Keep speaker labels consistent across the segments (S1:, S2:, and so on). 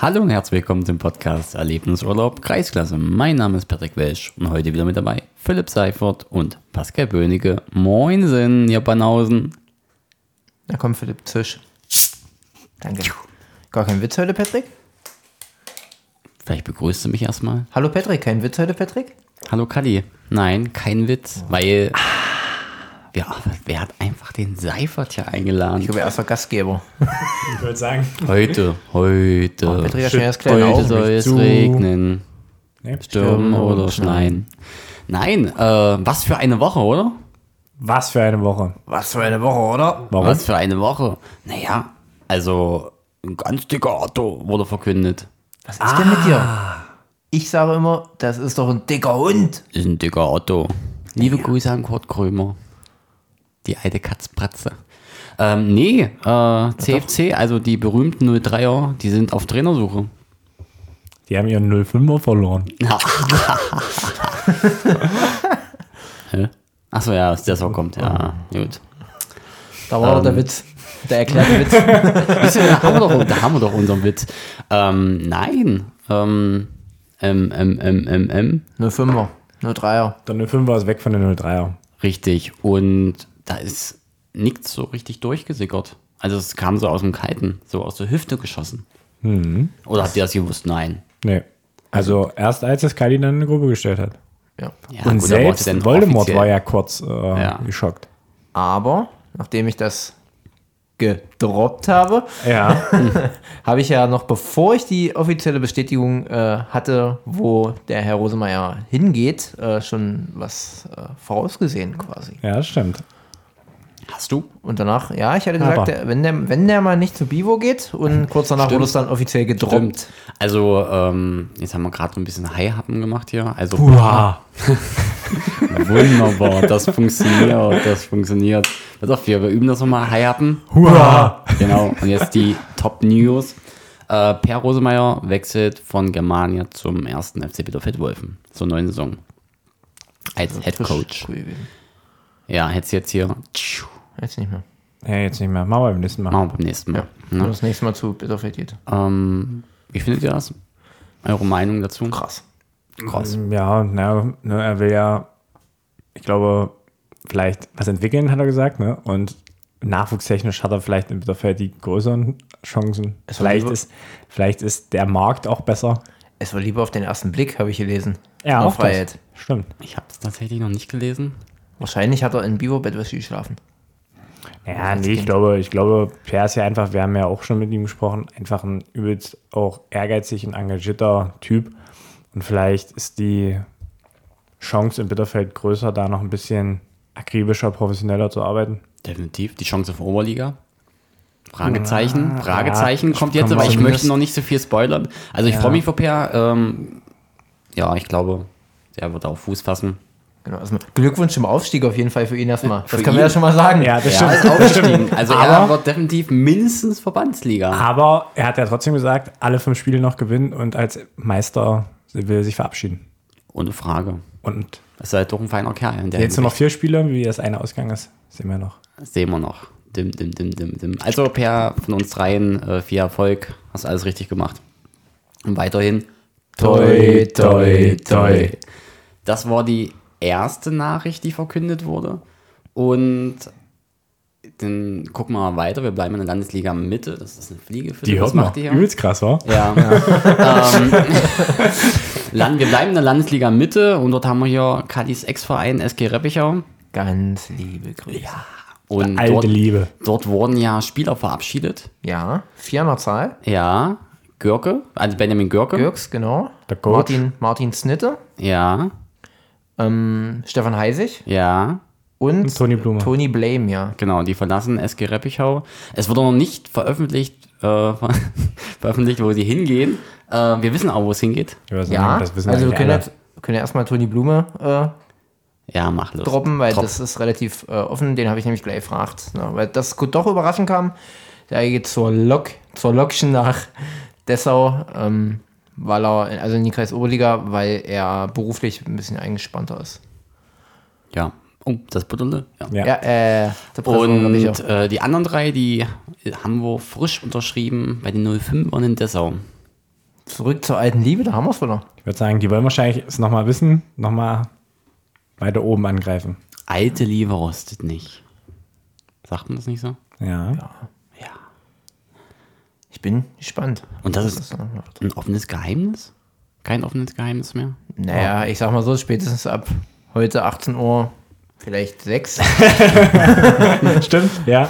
S1: Hallo und herzlich willkommen zum Podcast Erlebnisurlaub Kreisklasse. Mein Name ist Patrick Welsch und heute wieder mit dabei Philipp Seifert und Pascal Böhnige. Moinsen, ihr Banausen.
S2: Na komm, Philipp, Tisch. Danke. Gar kein Witz heute, Patrick?
S1: Vielleicht begrüßt du mich erstmal.
S2: Hallo, Patrick, kein Witz heute, Patrick?
S1: Hallo Kalli. Nein, kein Witz, weil. Ja, wer hat einfach den Seifert hier
S2: Ah. Ich
S1: eingeladen?
S2: glaube, er ist der Gastgeber.
S3: Ich würde sagen,
S1: Heute, heute.
S2: Oh, Patrick hat schon erst kleine
S1: heute
S2: Augen.
S1: soll es
S3: zu.
S1: regnen,
S3: ne?
S1: stürmen oder schneien. Nein, äh, was für eine Woche, oder?
S3: was für eine Woche.
S2: Was für eine Woche, oder?
S3: Warum?
S1: Was für eine Woche? Naja, also ein ganz dicker Otto wurde verkündet.
S2: Was ist denn mit dir? Ich sage immer, das ist doch ein dicker Hund.
S1: Ist ein dicker Otto. Liebe Grüße an Kurt Krömer. Die alte Katzpratze. Ähm, nee, äh, CFC, also die berühmten 03er, die sind auf Trainersuche.
S3: Die haben ihren 05er verloren.
S1: Achso, ja, dass der so kommt. Ja, gut.
S2: Da war der Witz. Der erklärte Witz.
S1: Wisst ihr, da, haben wir doch, da haben wir doch unseren Witz. Ähm, nein. Ähm, ähm, ähm, ähm, ähm, ähm.
S2: 05er, 03er.
S3: Der 05er ist weg von den 03er.
S1: Richtig. Und da ist nichts so richtig durchgesickert. Also es kam so aus dem Kalten, so aus der Hüfte geschossen.
S3: Mhm.
S1: Oder habt ihr das gewusst? Nein.
S3: Nee. Also erst als das Kali dann in eine Gruppe gestellt hat.
S2: Ja.
S1: Ja,
S3: Und
S1: gut, da war es
S3: selbst
S1: dann
S3: Voldemort
S1: offiziell.
S3: war ja kurz äh,
S1: Ja.
S3: geschockt.
S2: Aber, nachdem ich das gedroppt habe,
S3: Ja.
S2: habe ich ja noch, bevor ich die offizielle Bestätigung äh, hatte, wo der Herr Rosemeyer hingeht, äh, schon was äh, vorausgesehen quasi.
S3: ja, stimmt.
S1: Hast du?
S3: Oh.
S2: Und danach, ja, ich hatte
S3: Aber.
S2: gesagt, der, wenn, der, wenn der mal nicht zu Bivo geht und kurz danach wurde es dann offiziell gedroppt.
S1: Stimmt. Also, ähm, jetzt haben wir gerade so ein bisschen Haihappen gemacht hier. Also,
S3: Hurra.
S1: wunderbar. Das funktioniert, das funktioniert. Pass auf, wir wir üben das nochmal. Haihappen.
S3: Hurra.
S1: Genau. Und jetzt die Top News. Äh, per Rosemeyer wechselt von Germania zum ersten FC Bitterfeld Wolfen zur neuen Saison. Als Head Coach. Ja, hättest jetzt hier. tschiu,
S2: Jetzt nicht mehr.
S3: Hey, jetzt nicht mehr. Machen wir beim nächsten Mal.
S1: Machen wir beim nächsten Mal.
S2: Wenn
S1: Ne?
S2: das nächste Mal zu Bitterfeld geht.
S1: Ähm, wie findet ihr das? Eure Meinung dazu?
S2: Krass.
S1: Krass.
S3: Mm, Ja, na, ne, er will ja, ich glaube, vielleicht was entwickeln, hat er gesagt, ne? Und nachwuchstechnisch hat er vielleicht in Bitterfeld die größeren Chancen.
S2: war
S3: Vielleicht
S2: lieber-
S3: ist, vielleicht ist der Markt auch besser.
S2: Es war lieber auf den ersten Blick, habe ich gelesen. Auf
S3: das.
S2: Freiheit.
S3: Stimmt.
S1: Ich habe es tatsächlich noch nicht gelesen.
S2: Wahrscheinlich hat er in Bivo-Bett was geschlafen.
S3: Ja, nee, ich glaube, ich glaube, Per ist ja einfach, wir haben ja auch schon mit ihm gesprochen, einfach ein übelst auch ehrgeizig und engagierter Typ. Und vielleicht ist die Chance in Bitterfeld größer, da noch ein bisschen akribischer, professioneller zu arbeiten.
S1: Definitiv. Die Chance auf Oberliga. Fragezeichen. Fragezeichen
S3: Ah, ja,
S1: kommt
S3: kann
S1: jetzt,
S3: man
S1: aber ich
S3: zumindest-
S1: möchte noch nicht so viel spoilern. Also ich freue mich vor Per. Ähm, ja, ich glaube, der wird auch Fuß fassen.
S2: Genau, also Glückwunsch zum Aufstieg auf jeden Fall für ihn erstmal. Das
S1: Für
S2: kann man
S1: ihn.
S2: ja schon mal sagen.
S3: Ja, das
S1: Er
S3: stimmt.
S1: ist aufgestiegen. Also er
S3: Aber-
S1: wird definitiv mindestens Verbandsliga.
S3: Aber er hat ja trotzdem gesagt, alle fünf Spiele noch gewinnen und als Meister will er sich verabschieden.
S1: Ohne Frage.
S3: Und
S1: Das ist halt doch ein feiner Kerl. in der
S3: jetzt nur noch
S1: Hinsicht.
S3: vier Spiele, wie das eine Ausgang ist, sehen wir noch.
S1: Das sehen wir noch. Dim, dim, dim, dim, dim. Also Per, von uns dreien, äh, viel Erfolg. Hast alles richtig gemacht. Und weiterhin.
S2: Toi, toi, toi.
S1: Das war die erste Nachricht, die verkündet wurde. Und dann gucken wir mal weiter. Wir bleiben in der Landesliga Mitte. Das ist eine Fliege für
S3: Die
S1: Was
S3: hört man.
S1: macht die hier?
S3: Übelst krass, wa?
S1: Ja. ähm, Land, wir bleiben in der Landesliga Mitte und dort haben wir hier Kallis Ex-Verein SG Reppichau.
S2: Ganz liebe Grüße. Ja.
S1: Und
S3: Alte
S1: dort,
S3: Liebe.
S1: dort wurden ja Spieler verabschiedet.
S2: Ja, vier an der Zahl.
S1: Ja, Görke, also Benjamin Görke.
S2: Gürks, genau.
S3: Der Coach.
S2: Martin, Martin Snitte.
S1: Ja,
S2: Ähm, Stefan Heisig.
S1: ja,
S2: Und,
S3: Und Toni Blume.
S2: Tony Blame, ja.
S1: genau, die verlassen SG Reppichau. Es wurde noch nicht veröffentlicht, äh, veröffentlicht, wo sie hingehen. Äh, wir wissen auch, wo es hingeht.
S3: Ich weiß
S2: Ja,
S3: nicht, ne, das wissen
S2: also wir
S3: eigentlich
S2: können,
S3: alle.
S2: jetzt, können ja erstmal Toni Blume äh,
S1: Ja, mach los.
S2: droppen, weil
S1: Drop.
S2: das ist relativ äh, offen. Den habe ich nämlich gleich gefragt, ne? weil das gut doch überraschend kam. Der geht zur Lok, zur Lokschen nach Dessau, ähm, weil er, in- also in die Kreis Oberliga, weil er beruflich ein bisschen eingespannter ist.
S1: Ja. Oh, das Buddele. Ja.
S3: Ja.
S2: Ja, äh, der Präsident, glaub ich,
S1: Und
S2: auch.
S1: äh, die anderen drei, die haben wir frisch unterschrieben bei den 05 und in Dessau.
S2: Zurück zur alten Liebe, da haben wir es wieder.
S3: Ich würde sagen, die wollen wahrscheinlich es nochmal wissen, nochmal weiter oben angreifen.
S1: Alte Liebe rostet nicht. Sagt man das nicht so?
S3: Ja.
S1: Ja.
S2: Ich bin gespannt.
S1: Und das
S2: was
S1: ist-
S2: da noch wird.
S1: Ein offenes Geheimnis? Kein offenes Geheimnis mehr?
S2: Naja, ich sag mal so, spätestens ab heute 18 Uhr, vielleicht 6.
S3: Stimmt, ja.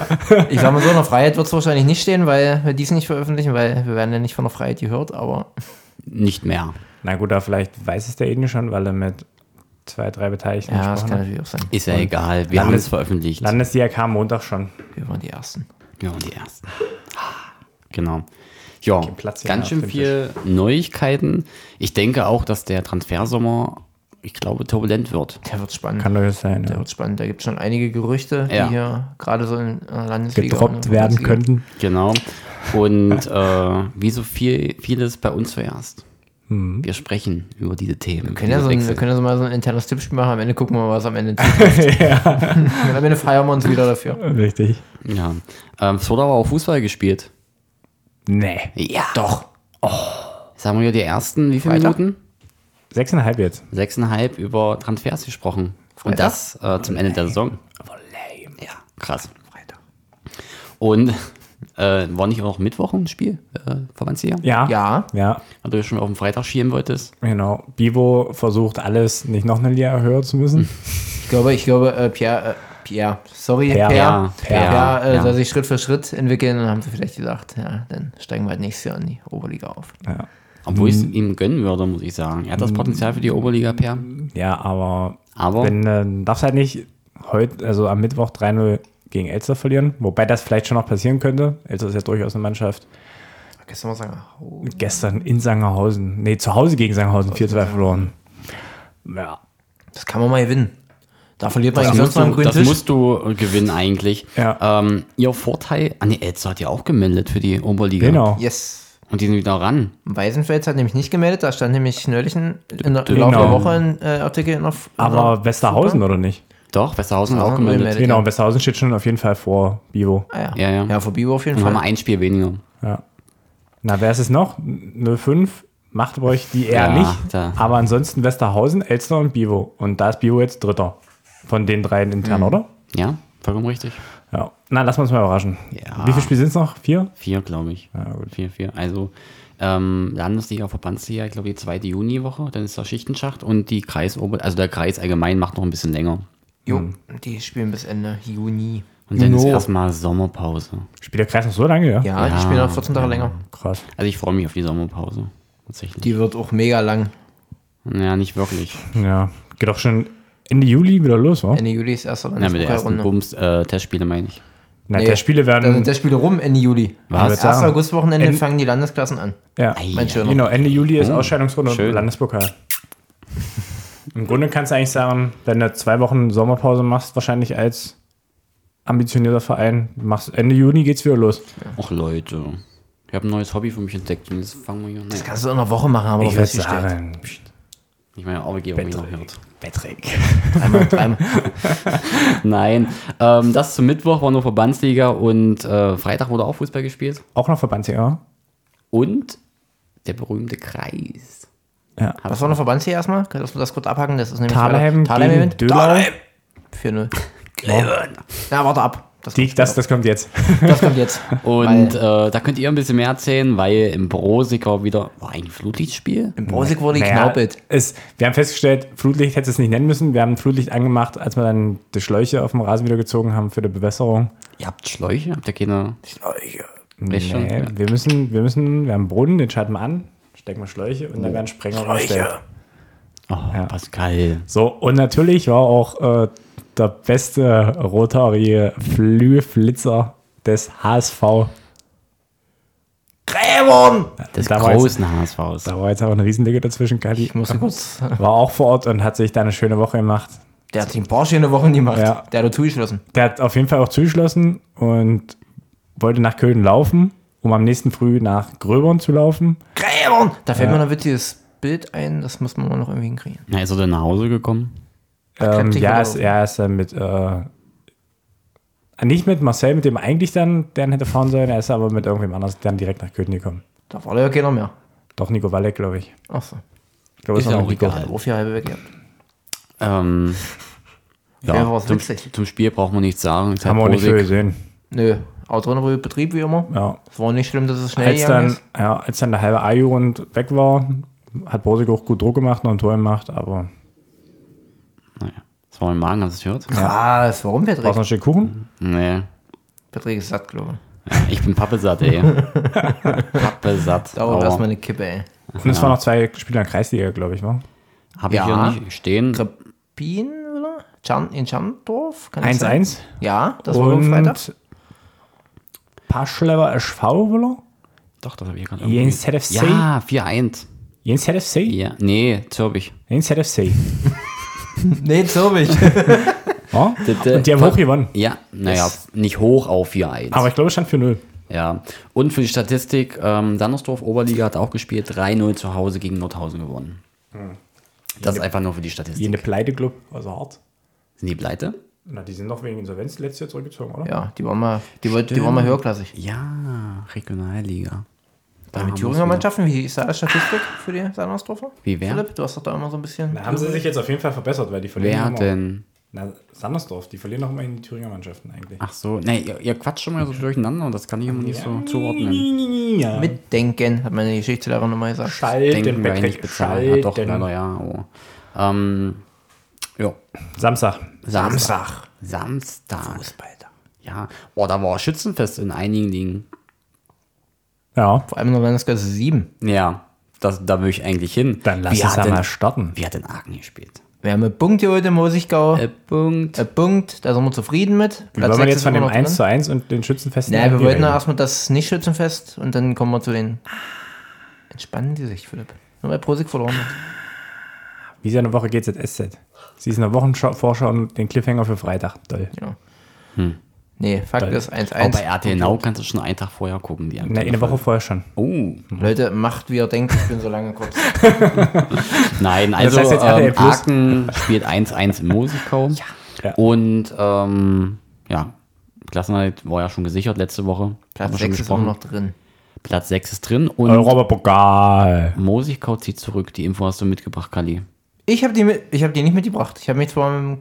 S2: Ich sag mal so, in der Freiheit wird es wahrscheinlich nicht stehen, weil wir dies nicht veröffentlichen, weil wir werden ja nicht von der Freiheit gehört, aber
S1: Nicht mehr.
S3: Na gut, aber vielleicht weiß es der Eden schon, weil er mit zwei, drei Beteiligten
S2: ja, das
S3: gesprochen
S2: kann
S3: hat.
S2: natürlich auch sein.
S1: Ist ja egal. Wir
S3: Landes-
S1: haben es veröffentlicht.
S3: Landesdiak Montag schon.
S2: Wir waren die Ersten.
S1: Wir waren die Ersten. Genau. Ja,
S3: Platz hier
S1: ganz
S3: auf
S1: schön
S3: dem
S1: viel Neuigkeiten. Ich denke auch, dass der Transfersommer, ich glaube, turbulent wird.
S2: Der wird spannend.
S3: Kann doch jetzt sein,
S2: der
S3: ja.
S2: wird spannend. Da gibt es schon einige Gerüchte,
S1: Ja.
S2: die hier gerade so in der Landesliga und
S3: Gedroppt
S2: in der
S3: werden
S2: Bundesliga-
S3: könnten.
S1: Genau. Und äh, wie so viel, vieles bei uns zuerst. Wir sprechen über diese Themen.
S2: Wir können, ja so ein, wir können ja so mal so ein internes Tippspiel machen. Am Ende gucken wir mal, was am Ende zutrifft. Und am Ende feiern wir uns wieder dafür.
S3: Richtig.
S1: ja. Ähm, es wurde aber auch Fußball gespielt.
S3: Nee.
S1: Ja. Doch. Oh. Sagen wir ja die ersten, wie viele
S2: Freitag?
S1: Minuten?
S3: Sechseinhalb jetzt.
S1: Sechseinhalb über Transfers gesprochen. Und das äh, zum Ende der Saison. Ja, krass. Und äh, war nicht auch noch Mittwoch ein Spiel, äh, Verbandsliga?
S3: Ja.
S2: Ja.
S3: Ja,
S1: Weil du ja schon auf den Freitag schielen wolltest.
S3: genau. Bivo versucht alles, nicht noch eine Liga höher zu müssen.
S2: Ich glaube, ich glaube, äh, Pierre, äh, Pierre, sorry,
S3: Pierre.
S2: Pierre, Pierre,
S1: Pierre.
S2: äh,
S1: Ja.
S2: soll sich Schritt für Schritt entwickeln. Dann haben sie vielleicht gesagt, ja, dann steigen wir halt nächstes Jahr in die Oberliga auf.
S3: Ja.
S1: Obwohl ich es ihm gönnen würde, muss ich sagen. Er hat das Potenzial für die Oberliga, Per.
S3: ja, aber,
S1: Aber-
S3: wenn äh, darfst halt nicht heute, also am Mittwoch 3-0 gegen Elster verlieren, wobei das vielleicht schon noch passieren könnte. Elster ist ja durchaus eine Mannschaft.
S2: Gestern mal sagen, oh,
S3: Gestern in Sangerhausen, nee, zu Hause gegen Sangerhausen 4-2 verloren. Ja.
S2: das kann man mal gewinnen. Da verliert man
S1: Das,
S2: eigentlich sonst
S1: musst
S2: mal am
S1: du,
S2: grünen
S1: das
S2: Tisch.
S1: musst du äh, gewinnen eigentlich.
S3: Ja.
S1: Ähm, ihr Vorteil, ah ne, Elster hat ja auch gemeldet für die Oberliga.
S3: Genau.
S2: Yes.
S1: Und die sind wieder ran.
S2: Weisenfels hat nämlich nicht gemeldet, da stand nämlich neulich ein, in der, im Laufe der
S3: Genau.
S2: Woche ein äh, Artikel in der F- in
S3: Aber
S2: der
S3: Westerhausen oder nicht?
S1: Doch, Westerhausen hat
S2: Ah,
S1: auch gemeldet.
S2: gemeldet.
S3: Genau, Westerhausen steht schon auf jeden Fall vor Bivo.
S2: Ah, ja.
S1: Ja, ja.
S2: ja, vor Bibo auf jeden
S1: Dann haben wir
S2: Fall.
S1: ein Spiel weniger.
S3: Ja. Na, wer ist es noch? 05 macht bei euch die eher
S1: Ja,
S3: nicht.
S1: da.
S3: Aber ansonsten Westerhausen, Elster und Bivo. Und da ist Bivo jetzt Dritter von den dreien intern,
S1: Mhm.
S3: oder?
S1: Ja, vollkommen richtig.
S3: Ja. Na, lassen wir uns mal überraschen.
S1: Ja.
S3: Wie viele Spiele sind es noch? Vier?
S1: Vier, glaube ich.
S3: Ja, gut.
S1: Vier, vier. Also ähm, Landesliga, Verbandsliga, ich glaube die zweite Juniwoche, dann ist der Schichtenschacht und die Kreisober, also der Kreis allgemein macht noch ein bisschen länger.
S2: Jo, die spielen bis Ende Juni.
S1: Und dann ist
S3: No.
S1: erstmal Sommerpause.
S3: Spielt der Kreis noch so lange, ja?
S2: Ja, die spielen noch 14 Tage länger.
S3: Krass.
S1: Also ich freue mich auf die Sommerpause. Tatsächlich.
S2: Die wird auch mega lang.
S1: Ja, nicht wirklich.
S3: Ja. Geht doch schon Ende Juli wieder los, wa?
S2: Ende Juli ist erste
S1: Na, mit der ersten
S2: Landespokalrunde.
S1: Bums, äh, Testspiele meine ich.
S3: Na,
S2: Nee.
S3: der Spiele
S2: Da
S1: Also
S3: werden.
S2: sind Also der Spiele rum Ende Juli.
S1: Was?
S2: Das erste Augustwochenende
S3: Ende-
S2: fangen die Landesklassen an.
S3: ja.
S1: Ei,
S2: Mein
S1: ei,
S2: Schöner.
S3: Genau, Ende Juli ist
S1: Oh,
S3: Ausscheidungsrunde und
S1: schön.
S3: Landespokal. Im Grunde kannst du eigentlich sagen, wenn du zwei Wochen Sommerpause machst, wahrscheinlich als ambitionierter Verein, machst Ende Juni geht's wieder los.
S1: Ach Leute, ich habe ein neues Hobby für mich entdeckt und jetzt fangen wir hier.
S2: Das
S1: Nein,
S2: kannst du in einer Woche machen, aber
S3: würd
S1: ich meine Arbeitgeber wieder hört.
S3: Patrick.
S2: Dreimal, dreimal.
S1: Nein, ähm, das zum Mittwoch war nur Verbandsliga und äh, Freitag wurde auch Fußball gespielt.
S3: Auch noch Verbandsliga.
S1: Und der berühmte Kreis.
S3: Ja.
S2: Was war noch Verbandsliga erstmal? Lass uns das kurz abhacken. Das ist nämlich
S3: Thalheim
S2: Thalheim
S3: gegen
S2: gegen
S3: Döbler.
S2: 4-0. Na, warte ab. Das,
S3: Die, das, das kommt jetzt.
S2: das kommt jetzt.
S1: Und äh, da könnt ihr ein bisschen mehr erzählen, weil im Brosiker wieder war ein Flutlichtspiel.
S2: Im Brosig wurde die
S3: Naja,
S2: Knaupelt.
S3: es, wir haben festgestellt, Flutlicht hätte es nicht nennen müssen. Wir haben Flutlicht angemacht, als wir dann die Schläuche auf dem Rasen wieder gezogen haben für die Bewässerung.
S1: Ihr habt Schläuche, habt ihr keine
S3: Nee,
S1: schon, ja.
S3: wir müssen, wir müssen, wir haben Boden, den schalten wir an, stecken wir Oh. Schläuche und dann werden Sprenger gestellt.
S1: Oh, Pascal.
S3: So, und natürlich war auch äh, der beste Rotary Flühlitzer des HSV.
S2: Gräbern!
S1: Des
S3: Damals-
S1: großen HSVs.
S3: Da war jetzt aber eine Riesenlücke dazwischen, Kali.
S2: Ich musste kurz.
S3: War auch vor Ort und hat sich da eine schöne Woche gemacht.
S2: Der hat sich ein paar schöne Wochen gemacht.
S3: Ja.
S2: Der hat dazu geschlossen.
S3: Der hat auf jeden Fall auch zugeschlossen und wollte nach Köln laufen, um am nächsten Früh nach Gröbern zu laufen.
S2: Gräbern! Da fällt mir noch ein witziges Bild ein. Das muss man mal noch irgendwie hinkriegen.
S1: Na, ist er denn nach Hause gekommen?
S3: Ähm,
S2: Kräftig
S3: ja,
S2: oder
S3: ist,
S2: auf?
S3: ja, ist dann mit, äh, nicht mit Marcel, mit dem eigentlich dann, der hätte fahren sollen, er ist aber mit irgendwem anders dann direkt nach Köln gekommen.
S2: Da war ja keiner mehr.
S3: Doch, Nico Wallek, glaube ich.
S2: Achso.
S3: Ich glaube, es
S1: Ist
S3: war
S1: ja
S3: noch
S1: auch
S3: Nico.
S1: egal.
S2: Profi halbe weg, ja.
S1: Ähm,
S2: Wäre
S1: ja,
S2: was
S1: zum,
S2: witzig.
S1: zum Spiel braucht man nichts sagen. Es hat
S3: Haben wir auch nicht
S1: Prosig-
S3: viel gesehen.
S2: Nö, Autorenbetrieb Betrieb wie immer.
S3: Ja.
S2: Es war nicht schlimm, dass es schnell
S3: Als,
S2: gegangen
S3: dann,
S2: ist.
S3: ja, als dann der halbe A-Jugend weg war, hat Borsig auch gut Druck gemacht und ein Tor gemacht, aber
S1: Naja. Das war mein Magen, hast du es gehört?
S2: Krass, warum
S3: war es noch
S2: Patrick?
S3: ein Stück Kuchen?
S1: Nee.
S2: Patrick ist satt, glaube ich.
S1: Ich bin pappesatt, ey. pappesatt.
S2: Dauert
S3: Oh.
S1: Aber
S2: erstmal eine Kippe, ey.
S3: Und es waren noch zwei Spieler in der Kreisliga, glaube ich, war.
S1: Hab ich
S2: Ja.
S1: hier nicht stehen.
S2: Krepin, oder? Chan, in Chandorf? Kann das sein?
S3: 1-1
S2: Ja, das war am Freitag.
S3: und Paschlever SV, Willer?
S1: Doch, das habe ich gerade
S3: Jens ZFC?
S1: Ja, 4-1.
S3: Jens ZFC?
S1: Ja. Nee, Zürich.
S3: Jens ZFC.
S2: Nee, Zürich.
S3: Ja? Und die haben hoch gewonnen.
S1: Ja, naja, nicht hoch auf 4-1.
S3: Aber ich glaube, es stand 4-0.
S1: Ja. Und für die Statistik, ähm, Dannersdorf Oberliga hat auch gespielt, 3-0 zu Hause gegen Nordhausen gewonnen. Das ist einfach nur für die Statistik.
S3: Jene Pleite-Club, also hart.
S1: Sind die pleite?
S3: Na, die sind noch wegen Insolvenz letztes Jahr zurückgezogen, oder?
S2: ja, die waren mal, die, wollt- die waren mal höherklassig.
S1: Ja, Regionalliga.
S2: Da mit Thüringer Mannschaften, wie ist da die Statistik für die Sandersdorfer?
S1: Wie wer?
S2: Philipp, du hast doch da immer so ein bisschen.
S3: Da haben sie sich jetzt auf jeden Fall verbessert, weil die verlieren
S1: Wer
S3: immer-
S1: denn?
S3: Na, Sandersdorf, die verlieren noch immer in die Thüringer Mannschaften eigentlich.
S1: Ach so, nee, ihr, ihr quatscht schon mal so durcheinander und das kann ich immer nicht so zuordnen.
S3: Ja.
S2: Mitdenken, hat meine Geschichtslehrerin nochmal gesagt.
S1: Denken
S3: Schalten,
S1: wir eigentlich
S3: Patrick,
S1: bezahlen. Ja, doch, leider,
S3: Schalten.
S1: ja. Oh. Ähm, ja,
S3: Samstag.
S1: Samstag.
S2: Ach,
S1: Samstag.
S2: Fußballtag.
S1: Ja. Boah, da war Schützenfest in einigen Ligen.
S3: Ja,
S2: Vor allem in der Landesklasse 7.
S1: Ja, das, da will ich eigentlich hin.
S3: dann lass
S1: Wer
S3: uns
S1: hat
S3: da
S1: denn-
S3: mal starten.
S1: Wer hat denn Aachen gespielt?
S2: Wir haben einen Punkt geholt im Mosigau.
S1: Äh, Punkt.
S2: Ein Punkt, da sind wir zufrieden mit.
S3: Wie wollen wir
S2: sechs
S3: jetzt
S2: ist
S3: von
S2: immer
S3: dem
S2: noch drin.
S3: 1 zu 1 und den Schützenfesten?
S2: Naja, wir
S3: irgendwie
S2: wollten ja
S3: reden?
S2: erstmal das Nicht-Schützenfest und dann kommen wir zu den. Entspannen die sich, Philipp. Nur weil Prosig verloren hat.
S3: Wie ist eine Woche GZSZ? Sie ist eine Wochenvorschau und den Cliffhanger für Freitag. Toll.
S2: Ja.
S1: Hm.
S2: Nee, Fakt
S3: Toll.
S2: ist
S1: Auch bei
S2: 1-1.
S1: RTL Now kannst du schon einen Tag vorher gucken. Die
S3: Na, eine Woche vorher schon.
S1: Oh,
S2: Leute, macht wie ihr denkt, ich bin so lange kurz.
S1: nein, also
S3: heißt jetzt RTL
S1: ähm,
S3: Plus.
S1: Aachen spielt 1-1 in Mosigkau.
S3: Ja.
S1: Und ähm, ja, Klassenhalt war ja schon gesichert letzte Woche. Haben
S2: Platz
S1: wir schon
S2: 6 ist immer
S1: gesprochen.
S2: noch drin.
S1: Platz 6 ist drin und
S3: Äh, Europapokal.
S1: Mosigkau zieht zurück. Die Info hast du mitgebracht, Kali.
S2: Ich habe die, mit- ich hab die nicht mitgebracht. Ich habe mich zwar mit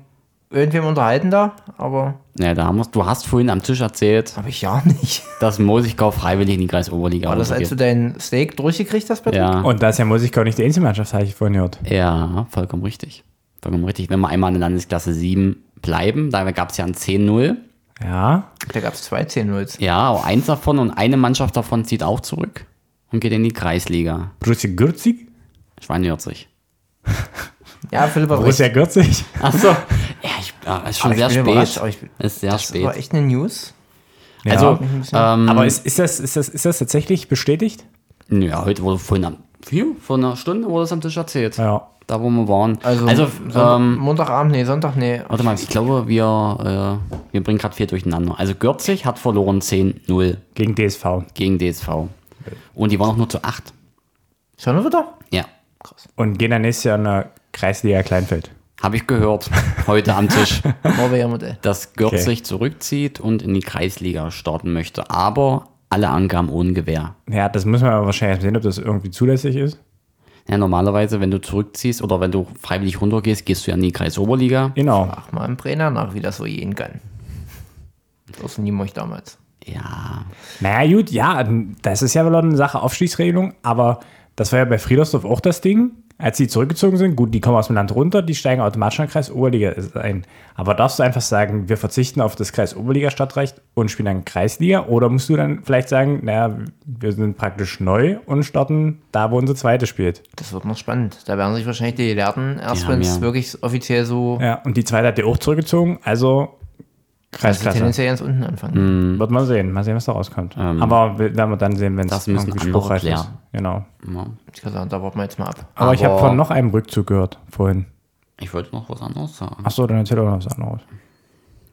S2: irgendwem unterhalten da, aber
S1: Ja, da haben wir's. Du hast vorhin am Tisch erzählt,
S2: habe ich ja nicht.
S1: dass Mosigkau freiwillig in die Kreis Oberliga
S2: War das, als du
S1: runtergeht.
S2: dein Steak durchgekriegt hast, bitte?
S1: Ja,
S3: Und da ist ja Musikau nicht die Einzelmannschaft, habe ich vorhin gehört.
S1: ja, vollkommen richtig. Vollkommen richtig. Wenn wir einmal in der Landesklasse 7 bleiben, da gab es ja ein 10-0.
S3: Ja.
S2: Da gab es zwei 10 0
S1: Ja, aber eins davon und eine Mannschaft davon zieht auch zurück und geht in die Kreisliga.
S3: Borussia Gürzig?
S1: Schweinehürzig.
S2: Ja, Philipp, aber
S3: Borussia Gürzig?
S1: Achso. ja, ich, ja, ist schon
S2: Aber ich
S1: sehr
S2: bin überrascht, aber
S1: spät.
S2: ich bin-
S1: Ist sehr
S2: das war
S1: spät.
S2: echt eine News.
S1: Also,
S2: Mich ein bisschen-
S1: ähm,
S3: Aber ist, ist, das, ist, das, ist das tatsächlich bestätigt?
S1: ja, heute wurde vorhin am, hier, vor einer Stunde wurde es am Tisch erzählt.
S3: Ja.
S1: Da, wo wir waren.
S2: Also, Sonntag,
S1: ähm,
S2: Montagabend, nee, Sonntag, nee.
S1: Warte mal, ich glaube, wir, äh, wir bringen gerade viel durcheinander. Also Gürzig hat verloren 10-0
S3: Gegen DSV.
S1: gegen DSV. Und die waren auch nur zu 8.
S2: Schon wieder?
S1: Ja,
S3: Und gehen dann nächstes Jahr in der Kreisliga Kleinfeld.
S1: habe ich gehört heute am Tisch,
S2: Norweger Modell.
S1: dass Gürzig zurückzieht und in die Kreisliga starten möchte. Aber alle Angaben ohne Gewehr.
S3: Ja, das müssen wir aber wahrscheinlich sehen, ob das irgendwie zulässig ist.
S1: Ja, normalerweise, wenn du zurückziehst oder wenn du freiwillig runtergehst, gehst du ja in die Kreisoberliga.
S3: Genau.
S2: Mach mal im Brenner nach, wie das so gehen kann. Das nie ich damals.
S1: Ja,
S3: Naja, gut, ja, das ist ja wohl eine Sache Aufstiegsregelung, aber das war ja bei Friedersdorf auch das Ding. Als die zurückgezogen sind, gut, die kommen aus dem Land runter, die steigen automatisch in den Kreis Oberliga ein. Aber darfst du einfach sagen, wir verzichten auf das Kreis Oberliga Stadtrecht und spielen dann Kreisliga? Oder musst du dann vielleicht sagen, naja, wir sind praktisch neu und starten da, wo unsere zweite spielt?
S2: Das wird noch spannend. Da werden sich wahrscheinlich die Gelehrten erst,
S1: Die
S2: wenn
S1: haben
S2: es
S1: ja-
S2: wirklich offiziell so
S3: Ja, und die zweite hat die auch zurückgezogen, also
S2: also
S3: Kreisklasse.
S2: tendenziell ganz unten anfangen.
S3: Wird man sehen, mal sehen, was da rauskommt. Aber wir- werden wir dann sehen, wenn
S1: Ähm, Das
S3: es
S1: müssen
S3: irgendwie
S1: andere
S3: spruchreif ist.
S1: klären.
S3: Genau.
S1: ja.
S2: Ich kann sagen, da warten wir jetzt mal ab.
S3: Aber, ich
S1: Aber-
S3: habe von noch einem Rückzug gehört vorhin.
S1: ich wollte noch was anderes sagen.
S3: Achso, dann erzähl doch noch was anderes.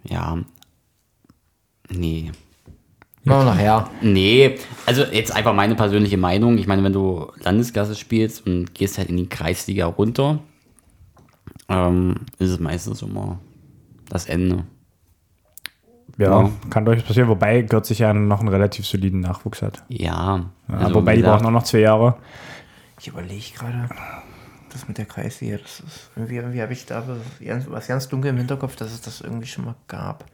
S1: Ja. Nee.
S2: Machen wir nachher.
S1: Nee, also jetzt einfach meine persönliche Meinung. Ich meine, wenn du Landesklasse spielst und gehst halt in die Kreisliga runter, ähm, ist es meistens immer das Ende.
S3: Ja,
S1: Ja.
S3: kann durchaus passieren. Wobei Gürzig ja noch einen relativ soliden Nachwuchs hat.
S1: Ja.
S3: Ja,
S1: also
S3: wobei
S1: wie
S3: die
S1: gesagt,
S3: brauchen auch noch zwei Jahre.
S2: Ich überlege gerade, das mit der Kreisliga, das ist irgendwie, irgendwie habe ich da was ganz, was ganz dunkel im Hinterkopf, dass es das irgendwie schon mal gab.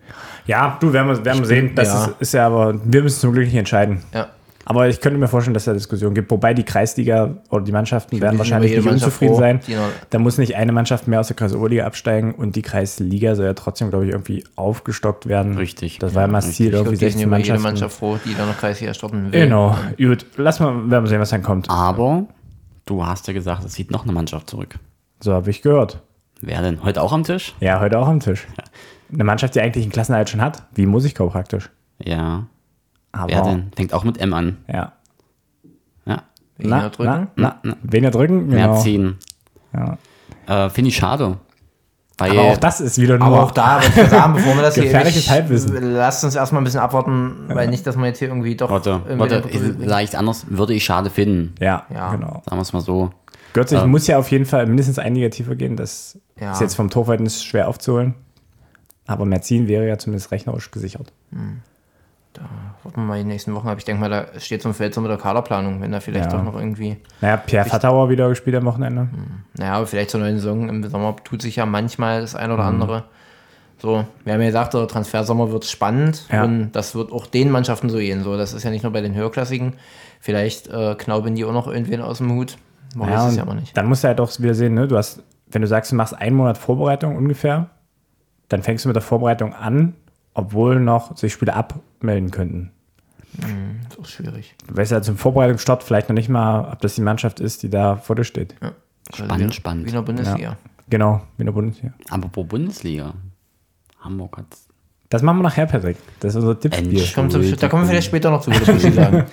S3: Ja, du werden wir, werden wir
S2: Ich
S3: sehen.
S2: bin-
S3: Das
S2: ja.
S3: ist, ist ja aber, wir müssen zum Glück nicht entscheiden.
S2: Ja.
S3: Aber ich könnte mir vorstellen, dass es da Diskussionen gibt. Wobei die Kreisliga oder die Mannschaften werden
S2: bin
S3: wahrscheinlich
S2: über jede
S3: nicht
S2: Mannschaft
S3: unzufrieden
S2: froh, Genau.
S3: sein.
S2: die noch-
S3: Da muss nicht eine Mannschaft mehr aus der Kreisoberliga absteigen und die Kreisliga soll ja trotzdem, glaube ich, irgendwie aufgestockt werden.
S1: Richtig.
S3: Das war ja mal das Ziel,
S2: Ich glaube,
S3: irgendwie
S2: die sind
S3: 16
S2: über jede
S3: Mannschaften.
S2: Mannschaft froh, die da noch Kreisliga starten will.
S3: Genau. Gut, lass mal, werden wir sehen, was dann kommt.
S1: Aber du hast ja gesagt, es zieht noch eine Mannschaft zurück.
S3: So habe ich gehört.
S1: Wer denn? Heute auch am Tisch?
S3: Ja, heute auch am Tisch. Eine Mannschaft, die eigentlich einen Klassenerhalt schon hat, wie Musikau praktisch.
S1: Ja.
S3: Aber
S1: Wer denn? Fängt auch mit M an.
S3: Ja.
S1: Ja.
S2: Wen da drücken?
S3: na, na,
S1: Na, na.
S3: wen er drücken?
S1: Mehr
S3: Genau.
S1: ziehen.
S3: Ja.
S1: Äh, Finde ich schade. Weil
S3: Aber auch das ist wieder nur.
S2: Aber auch da, würde ich mal sagen, bevor wir das hier
S3: Gefährliches
S2: ewig-
S3: Halbwissen.
S2: Lasst uns erstmal ein bisschen abwarten, weil nicht, dass man jetzt hier irgendwie doch.
S1: Warte,
S2: irgendwie
S1: warte,
S2: den-
S1: ist leicht anders würde ich schade finden.
S3: Ja,
S2: Ja.
S3: genau.
S1: Sagen wir es mal so.
S3: Götzlich muss ja auf jeden Fall mindestens ein Negativer gehen. Das
S2: Ja.
S3: ist jetzt vom Torverhältnis schwer aufzuholen. Aber Merzin wäre ja zumindest rechnerisch gesichert.
S2: Warten wir mal die nächsten Wochen ab. Ich denke mal, da steht so ein Feld so mit der Kaderplanung, wenn da vielleicht
S3: Ja.
S2: doch noch irgendwie.
S3: Naja, Pierre Vattauer wieder gespielt am Wochenende.
S2: Naja, aber vielleicht zur neuen Saison im Sommer tut sich ja manchmal das ein oder
S3: Mhm.
S2: andere. So, wir haben ja gesagt, der Transfersommer wird spannend
S3: Ja.
S2: und das wird auch den Mannschaften so gehen. So, das ist ja nicht nur bei den Höherklassigen. Vielleicht äh, knauben die auch noch irgendwen aus dem Hut. Man
S3: Ja,
S2: weiß es
S3: und
S2: Oh, ja aber nicht.
S3: Dann musst du halt auch wieder sehen, ne? du hast, wenn du sagst, du machst einen Monat Vorbereitung ungefähr, dann fängst du mit der Vorbereitung an, obwohl noch sich Spiele abmelden könnten.
S2: Das ist auch schwierig.
S3: Du weißt ja zum Vorbereitungsstart vielleicht noch nicht mal, ob das die Mannschaft ist, die da vor dir steht.
S1: Spannend, spannend.
S2: Wie in der Also Bundesliga.
S3: Genau, wie in der Bundesliga.
S1: Aber pro Bundesliga. Hamburg hat
S3: Das machen wir nachher, Patrick. Das ist unser Tippspiel.
S1: Endspiel.
S2: Kommt zum, da kommen wir vielleicht später noch zu, würde ich sagen.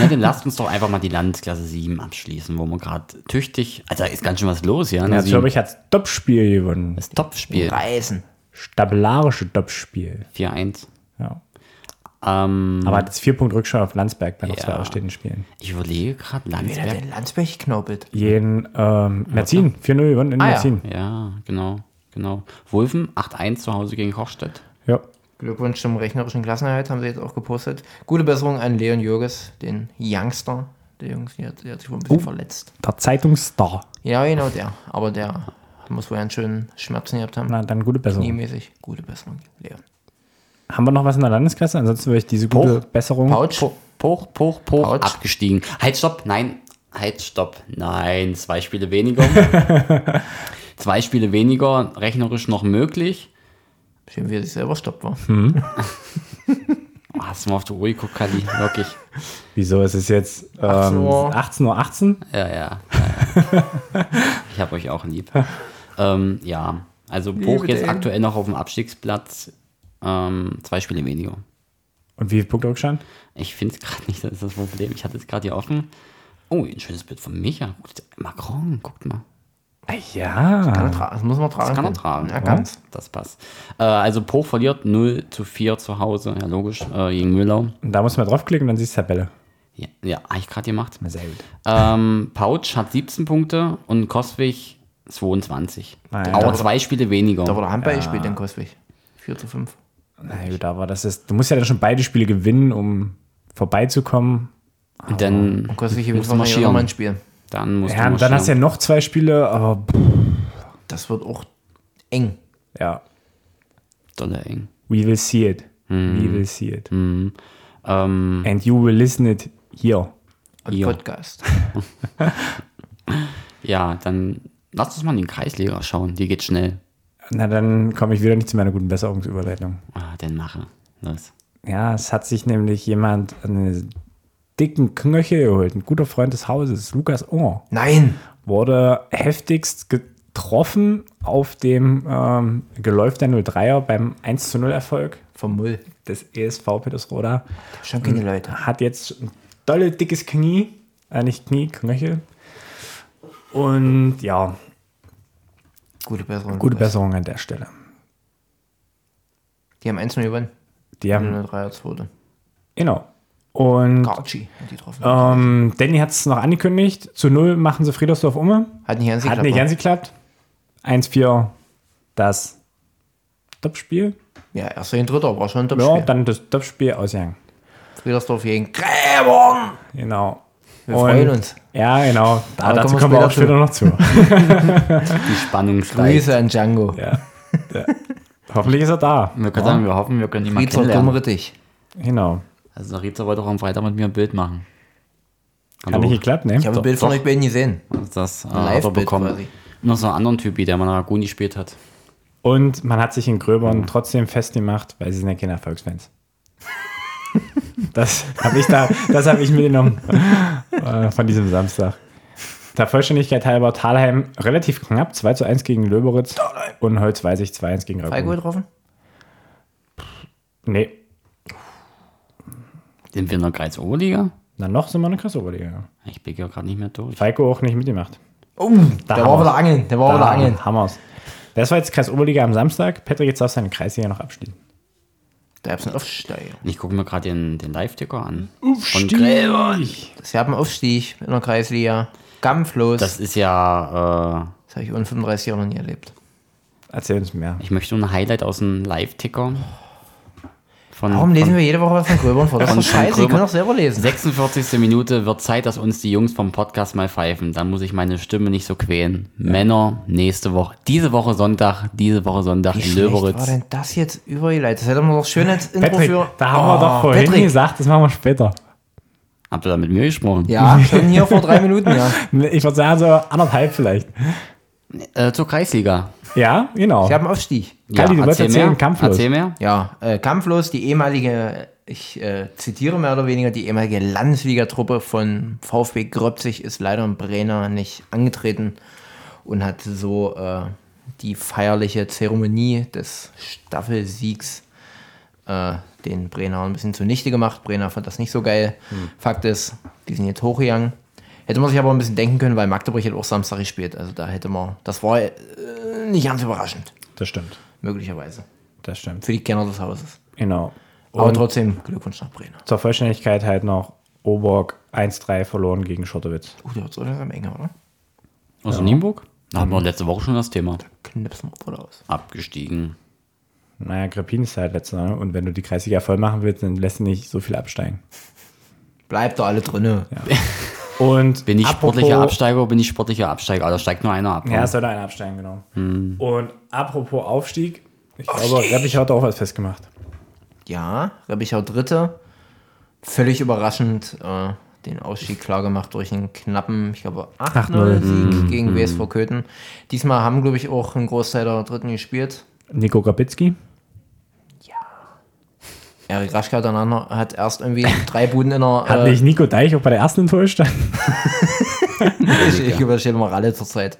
S1: Ja, dann lasst uns doch einfach mal die Landesklasse 7 abschließen, wo man gerade tüchtig. Also da ist ganz schön was los, ja. in der
S3: Ja,
S1: sieben.
S3: Zürich hat das Topspiel gewonnen.
S1: das Topspiel.
S2: Reisen.
S3: Stabilarische Topspiel.
S1: 4-1. Ähm,
S3: Ja.
S2: Mhm.
S3: Aber hat jetzt vier Punkte Rückstand auf Landsberg bei noch
S1: Ja.
S3: zwei ausstehenden Spielen.
S1: ich überlege gerade
S2: Wer hat
S1: Landsberg.
S2: denn Landsberg knaubelt?
S3: Jeden ähm, Merzin, 4-0 gewonnen in
S2: Ah, ja.
S3: Merzin.
S1: Ja, genau, genau. Wolfen 8-1 zu Hause gegen Kochstedt.
S3: Ja.
S2: Glückwunsch zum rechnerischen Klassenerhalt, haben sie jetzt auch gepostet. Gute Besserung an Leon Jürges, den Youngster. Der Jungs, der hat, der hat sich wohl ein bisschen verletzt.
S3: Der Zeitungsstar.
S2: Ja, genau der. Aber der muss wohl einen schönen Schmerzen gehabt haben.
S3: Na, dann gute Besserung.
S2: Kniemäßig. Gute Besserung, Leon.
S3: Haben wir noch was in der Landesklasse? Ansonsten würde ich diese gute Besserung.
S2: Pouch.
S1: Poch, Poch, Poch.
S2: Autsch.
S1: Abgestiegen. Halt, stopp. Nein. Halt, stopp. Nein. Zwei Spiele weniger. Zwei Spiele weniger. Rechnerisch noch möglich.
S2: Schön, wie er sich selber stoppt war.
S1: Oh, hast du mal auf die Uhr geguckt, Kali? Wirklich.
S3: Wieso ist es jetzt ähm, 18.18
S2: Uhr.
S3: Uhr? 18
S1: Ja, ja. ja, ja. ich hab euch auch lieb. ähm, ja. Also, Poch jetzt
S2: den.
S1: aktuell noch auf dem Abstiegsplatz. Ähm, zwei Spiele weniger.
S3: Und wie viel Punkte Rückstand?
S1: Ich finde es gerade nicht, das ist das Problem. Ich hatte es gerade hier offen. Oh, ein schönes Bild von Micha. Guckt, Macron, guckt mal.
S3: Ah, ja.
S2: Kann er tra- Das muss man tragen.
S1: Das kann er
S2: können.
S1: tragen.
S2: Ja, ganz.
S1: Das passt. Äh, also Poch verliert 0 zu 4 zu Hause, ja logisch, äh, gegen Mühlau.
S3: Und da muss man draufklicken und dann siehst du Tabelle.
S1: Ja, ja habe ich gerade gemacht.
S3: Sehr gut.
S1: Ähm, Pouch hat 17 Punkte und Kostwig 22.
S3: Nein.
S1: Aber zwei Spiele weniger.
S2: Da wurde Handball gespielt, den Koswig. 4 zu 5.
S3: Na gut, aber das ist, du musst ja dann schon beide Spiele gewinnen, um vorbeizukommen.
S1: Und dann,
S2: Und Koswig gewinnt
S1: Musst du
S2: wahrscheinlich
S1: marschieren.
S2: auch nochmal ein Spiel.
S1: dann musst
S3: Ja,
S1: du
S3: und dann
S1: marschieren.
S3: hast du ja noch zwei Spiele, aber pff,
S2: Das wird auch eng.
S3: ja,
S1: Dolle eng.
S3: we will see it. We will see it.
S1: Ähm,
S3: And you will listen it here.
S2: Ein
S1: Ja.
S2: Podcast.
S1: ja, dann lass uns mal in den Kreisliga schauen. Die geht schnell.
S3: Na, dann komme ich wieder nicht zu meiner guten Besserungsüberleitung.
S1: Ah, dann mache. Los.
S3: Ja, es hat sich nämlich jemand einen dicken Knöchel geholt. Ein guter Freund des Hauses, Lukas Ohr,
S2: Nein!
S3: wurde heftigst getroffen auf dem ähm, Geläuf der 03er beim 1 0 Erfolg
S2: Vom Müll.
S3: des E ESV Petersroda.
S2: Schon keine Leute.
S3: hat jetzt ein dolle dickes Knie, äh, nicht Knie, Knöchel. Und ja,
S2: Gute Besserung.
S3: gute Besserung an der Stelle.
S2: Die haben 1-0 gewonnen.
S3: Die haben,
S2: 0-3er zweite.
S3: genau. Und
S2: Garci hat die getroffen.
S3: ähm, Danny hat es noch angekündigt, zu Null machen sie Friedersdorf um.
S2: Hat nicht ne? ganz
S3: Hat
S2: geklappt,
S3: nicht
S2: wa?
S3: ganz geklappt. 1-4, das Topspiel.
S2: Ja, erst den Dritter, war schon ein
S3: Ja,
S2: Topspiel.
S3: dann das Topspiel ausgegangen.
S2: Friedersdorf gegen Gräbern.
S3: Genau.
S2: Wir freuen uns.
S3: Ja, genau. Da,
S2: Aber
S3: dazu
S2: kommen
S3: kommen
S2: wir
S3: wir auch später noch zu.
S1: Die Spannung steigt.
S2: Grüße an Django. Ja.
S3: ja. Ja. Hoffentlich ist er da.
S1: Wir können sagen, wir hoffen, wir können ihn mal kennenlernen.
S2: Dummrittig.
S3: Genau.
S1: Also Rietzer wollte auch am Freitag mit mir ein Bild machen.
S3: Hat nicht geklappt, ne?
S2: Ich habe ein Bild von euch beiden gesehen.
S1: das äh,
S2: Live-Bild
S1: hat er bekommen.
S2: quasi.
S1: Noch so einen anderen Typi, der mal Aragon gespielt hat.
S3: Und man hat sich in Gröbern trotzdem festgemacht, weil sie sind ja keine Erfolgsfans. Das habe ich da, das habe ich mitgenommen äh, von diesem Samstag. Der Vollständigkeit halber Thalheim relativ knapp, 2 zu 1 gegen Löberitz und Holz weiß ich 2 1 gegen
S2: Alkohol
S3: Ragun.
S2: getroffen?
S3: Nee,
S1: Sind wir in der Kreis Oberliga?
S3: na noch sind wir eine krasse Oberliga.
S1: Ich blicke ja gerade nicht mehr durch.
S3: Falco auch nicht mitgemacht.
S2: Oh, da der
S3: haben
S2: war
S3: wir's.
S2: wieder angeln. Der war wieder angeln.
S3: Hammers. Das war jetzt Kreis Oberliga am Samstag. Patrick, jetzt darfst du deine Kreisliga noch abschließen.
S2: Da gab es einen Aufstieg.
S1: Ich gucke mir gerade den, den Live-Ticker an.
S2: Oh,
S3: Stieg.
S2: Es gab einen Aufstieg in der Kreisliga. Kampflos.
S1: Das ist ja, äh,
S2: Das habe ich in 35 Jahren noch nie erlebt.
S3: Mhm. Erzähl uns mehr.
S1: äh, ich möchte nur ein Highlight aus dem Live-Ticker. Von,
S2: Warum lesen
S1: von
S2: wir jede Woche was von Gröbern vor? Das ist
S1: Von-
S2: doch
S1: von
S2: scheiße, ich
S1: Gröbern.
S2: kann doch selber lesen.
S1: 46. Minute wird Zeit, dass uns die Jungs vom Podcast mal pfeifen. Dann muss ich meine Stimme nicht so quälen. Männer, nächste Woche, diese Woche Sonntag, diese Woche Sonntag
S2: Wie
S1: in
S2: schlecht war
S1: Löberitz.
S2: denn das jetzt übergeleitet? Das hätte man doch schön als Intro
S3: Patrick,
S2: für...
S3: da haben wir
S2: Oh,
S3: doch vorhin
S2: Patrick.
S3: gesagt, das machen wir später.
S1: Habt ihr da mit mir gesprochen?
S2: Ja, schon hier vor drei Minuten, ja.
S3: Ne, Ich würde sagen, so anderthalb vielleicht.
S1: Äh, zur Kreisliga.
S3: Ja, genau.
S2: Ich habe einen Aufstieg.
S3: Kalli, du wolltest erzählen,
S1: mehr.
S3: kampflos.
S1: Erzähl mehr.
S2: Oh. Ja, äh, kampflos, die ehemalige, ich äh, zitiere mehr oder weniger, die ehemalige Landesligatruppe von VfB Gröbzig ist leider in Brenner nicht angetreten und hat so äh, die feierliche Zeremonie des Staffelsiegs äh, den Brenner ein bisschen zunichte gemacht. Brenner fand das nicht so geil. Fakt ist, die sind jetzt hochgegangen. Hätte man sich aber ein bisschen denken können, weil Magdeburg hat auch Samstag gespielt. Also da hätte man, das war äh, nicht ganz überraschend,
S3: das stimmt.
S2: möglicherweise.
S3: Das stimmt.
S2: Für die Kenner des Hauses.
S3: Genau.
S2: Aber
S3: Und
S2: trotzdem Glückwunsch nach Brenner.
S3: zur Vollständigkeit halt noch Oborg 1-3 verloren gegen Schottowitz.
S2: Oh, der wird so langsam enger, oder?
S1: Aus Nienburg? Mhm. Da hatten wir letzte Woche schon das Thema.
S2: Knipsen wir voll aus.
S1: Abgestiegen.
S3: Naja, Krepin ist halt letzter. Ne? Und wenn du die Kreisliga voll machen willst, dann lässt du nicht so viel absteigen.
S2: Bleibt doch alle drinne.
S3: Und
S1: Bin ich
S3: apropos-
S1: sportlicher Absteiger, bin ich sportlicher Absteiger? Ah, Da steigt nur einer ab.
S3: Ja, es sollte einer absteigen, genau.
S1: Hm.
S3: Und apropos Aufstieg,
S1: Oh,
S3: ich glaube, Reppich hat auch was festgemacht.
S2: Ja, Rebichau Dritte. Völlig überraschend äh, den Ausstieg klar gemacht durch einen knappen, ich glaube, 8-0-Sieg gegen WSV Köthen. Diesmal haben, glaube ich, auch einen Großteil der Dritten gespielt.
S3: Nico Grabitzki?
S2: Erik Raschka hat danach hat erst irgendwie drei Buden in der...
S3: Hat
S2: äh,
S3: nicht Nico Deich auch bei der ersten enttäuscht?
S2: ich ich überstehe mal alle zur Zeit.